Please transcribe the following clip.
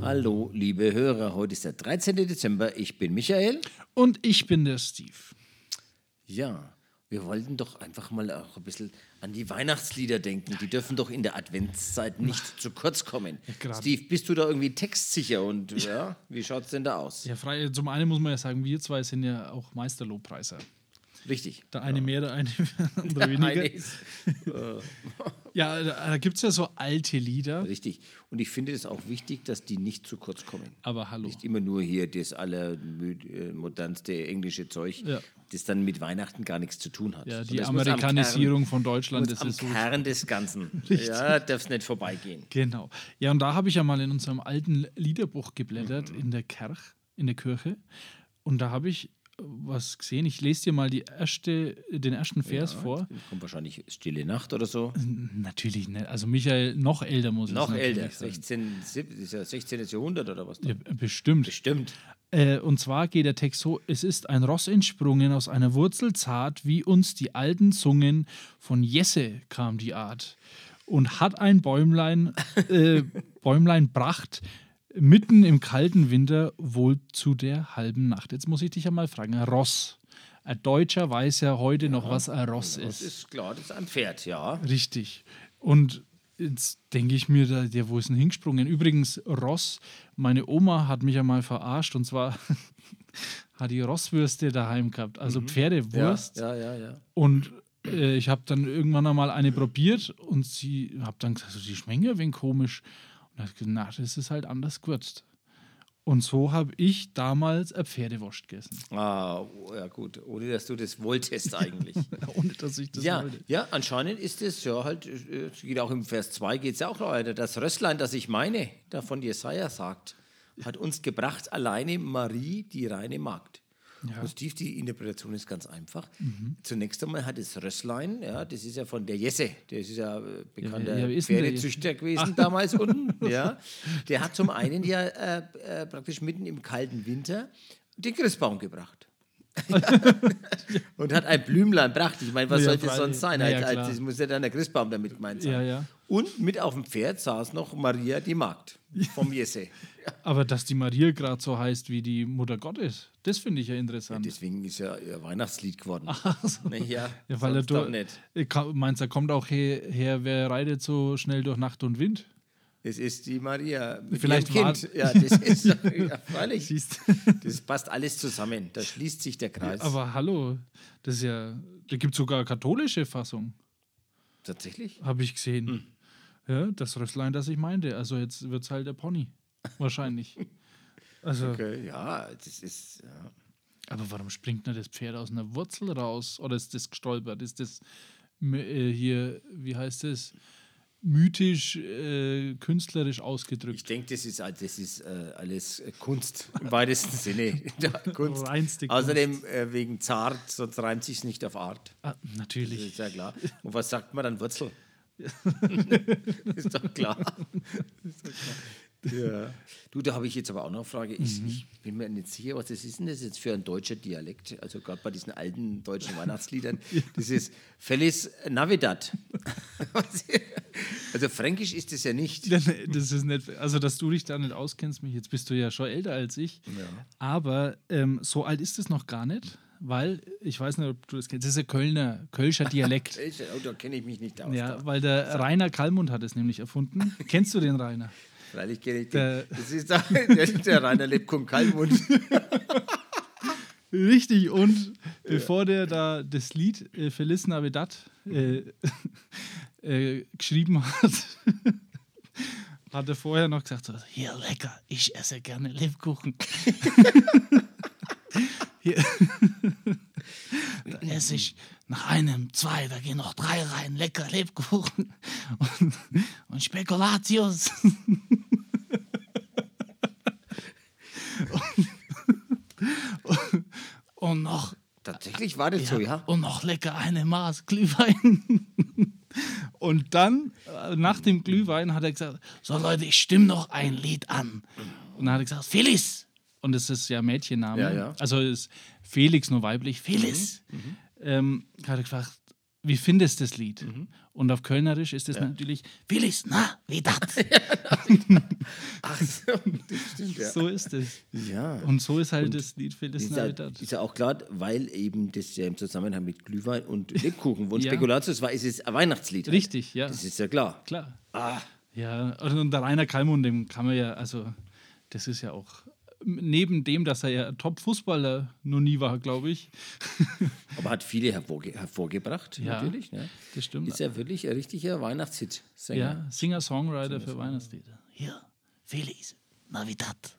Hallo, liebe Hörer, heute ist der 13. Dezember. Ich bin Michael. Und ich bin der Steve. Ja, wir wollten doch einfach mal auch ein bisschen an die Weihnachtslieder denken. Die dürfen doch in der Adventszeit nicht zu kurz kommen. klar. Steve, bist du da irgendwie textsicher und ja, wie schaut es denn da aus? Ja, frei, zum einen muss man ja sagen, wir zwei sind ja auch Meisterlobpreiser. Richtig. Der eine mehr, der eine andere Eine weniger. ist- Ja, da, da gibt es ja so alte Lieder, Richtig. Und ich finde es auch wichtig, dass die nicht zu kurz kommen. aber hallo. Nicht immer nur hier das allermodernste englische Zeug, Ja. das dann mit Weihnachten gar nichts zu tun hat. Ja, Sondern die es muss am Kern- Amerikanisierung von Deutschland, muss das am ist so. Kern des Ganzen. ja, darf es nicht vorbeigehen. Genau. Ja, und da habe ich ja mal in unserem alten Liederbuch geblättert, Mhm. in der Kerch, in der Kirche. Und da habe ich äh, was gesehen. Ich lese dir mal die erste, den ersten Vers vor. Kommt wahrscheinlich Stille Nacht oder so. Natürlich nicht. Also Michael, noch älter muss Noch es natürlich älter, sein. 16, 17, ist ja 16. Jahrhundert oder was? da? Ja, bestimmt. Bestimmt. Äh, und zwar geht der Text so: Es ist ein Ross entsprungen aus einer Wurzel zart, wie uns die alten Zungen von Jesse kam die Art und hat ein Bäumlein, äh, Bäumlein bracht mitten im kalten Winter wohl zu der halben Nacht. Jetzt muss ich dich ja mal fragen: ein Ross. Ein Deutscher weiß ja heute noch, was ein Ross Das ist. ist klar, das ist ein Pferd, ja. Richtig. Und jetzt denke ich mir, da, der, wo ist denn hingesprungen? Übrigens, Ross, meine Oma hat mich ja mal verarscht und zwar hat die Rosswürste daheim gehabt, also Pferdewurst. Ja, ja, ja. Und äh, ich habe dann irgendwann einmal eine probiert und sie habe dann gesagt, also, die schmecken ja ein wenig komisch. Und hat gesagt, na, das ist halt anders gewürzt. Und so habe ich damals eine Pferdewurst gegessen. ja. Ah, oh, ja, gut. Ohne dass du das wolltest eigentlich. Ohne dass ich das Ja, wollte. ja, anscheinend ist es ja halt, äh, es geht auch im Vers 2 geht es ja auch noch weiter. Das Rösslein, das ich meine, davon Jesaja sagt, hat uns gebracht alleine Marie, die reine Magd. Und Steve, die Interpretation ist ganz einfach. Mhm. Zunächst einmal hat das Rösslein, ja, das ist ja von der Jesse, der ist ja äh, bekannter wer ist denn der Pferdezüchter gewesen damals unten. Ja. Der hat zum einen ja äh, äh, praktisch mitten im kalten Winter den Christbaum gebracht. Und hat ein Blümlein gebracht. Ich meine, was Ja, sollte es freilich. sonst sein? Ja, Als- ja, als- klar. das muss ja dann der Christbaum damit gemeint sein. Ja, ja. Und mit auf dem Pferd saß noch Maria die Magd vom Jesse. Aber dass die Maria gerade so heißt wie die Mutter Gottes, das finde ich ja interessant. Also, Deswegen ist ja ihr Weihnachtslied geworden. Nee, ja, Ja, weil er sonst doch durch. nicht. Ich ka- Meinst du, er kommt auch her, her, wer reitet so schnell durch Nacht und Wind? Es ist die Maria mit Vielleicht ihrem war- Kind. Ja, das ist ja, freilich. Siehst Das passt alles zusammen. Da schließt sich der Kreis. Aber hallo, das ist ja. Da gibt es sogar eine katholische Fassung, Tatsächlich? habe ich gesehen. Hm. Ja, das Rösslein, das ich meinte. Also jetzt wird es halt der Pony. Wahrscheinlich. Also, Okay, ja, das ist. Ja. aber warum springt denn das Pferd aus einer Wurzel raus? Oder ist das gestolpert? Ist das m- äh, hier, wie heißt das? Mythisch, äh, künstlerisch ausgedrückt. Ich denke, das ist, all- das ist äh, alles äh, Kunst im weitesten Sinne. Ja, Kunst. Reinste Kunst. Außerdem äh, wegen zart, sonst reimt sich nicht auf Art. Ah, Das natürlich. ist ja klar. Und was sagt man dann? Wurzel? ist doch klar. Ja. Du, da habe ich jetzt aber auch noch eine Frage. Ich, ich bin mir nicht sicher, was das ist denn das jetzt für ein deutscher Dialekt? Also gerade bei diesen alten deutschen Weihnachtsliedern, das ist Feliz Navidad. also fränkisch ist das ja nicht. Ja, nee, Das ist nicht, also dass du dich da nicht auskennst, mich jetzt bist du ja schon älter als ich. Aber ähm, so alt ist es noch gar nicht, weil ich weiß nicht, ob du das kennst. Das ist ein Kölner, Kölscher Dialekt. Oh, da kenne ich mich nicht aus. ja, weil der Rainer Kallmund hat es nämlich erfunden. kennst du den Rainer? Freilich kenne ich Der- den. Das ist der, der Rainer Lebkuchen Kalmund. Richtig. Und bevor der da das Lied äh, Feliz Navidad äh, äh, geschrieben hat, hat er vorher noch gesagt: so, Hier, lecker, ich esse gerne Lebkuchen. Hier. da esse ich nach einem, zwei, da gehen noch drei rein, lecker Lebkuchen und, und Spekulatius. Und noch Tatsächlich war das so, ja. und noch lecker eine Maß Glühwein. Und dann, äh, nach dem Glühwein, hat er gesagt: So, Leute, ich stimme noch ein Lied an. Und dann hat er gesagt: Felix. Und das ist ja Mädchenname. Ja, Mhm, ja. Also ist Felix nur weiblich. Felix. Ähm, hat er gefragt: wie findest du das Lied? Mhm. Und auf Kölnerisch ist das natürlich, will ich's, na, wie dat? Ach so, das stimmt, ja. So ist es. ja. Und so ist halt das Lied, will ich's, Ist na, ja, wie dat? ist ja auch klar, weil eben das ja im Zusammenhang mit Glühwein und Lebkuchen und Ja. Spekulatius war, ist es ein Weihnachtslied. Richtig, ja, Das ist ja klar. klar. Ah, Ja, und und der Rainer Kallmund, dem kann man ja, also, das ist ja auch, neben dem, dass er ja Top-Fußballer noch nie war, glaube ich, aber hat viele hervorge hervorgebracht, Ja. natürlich. Ne? das stimmt. Ist ja wirklich ein richtiger Weihnachtshit-Sänger. ja, Singer-Songwriter für Weihnachtslieder. Hier, Felix, Navidad.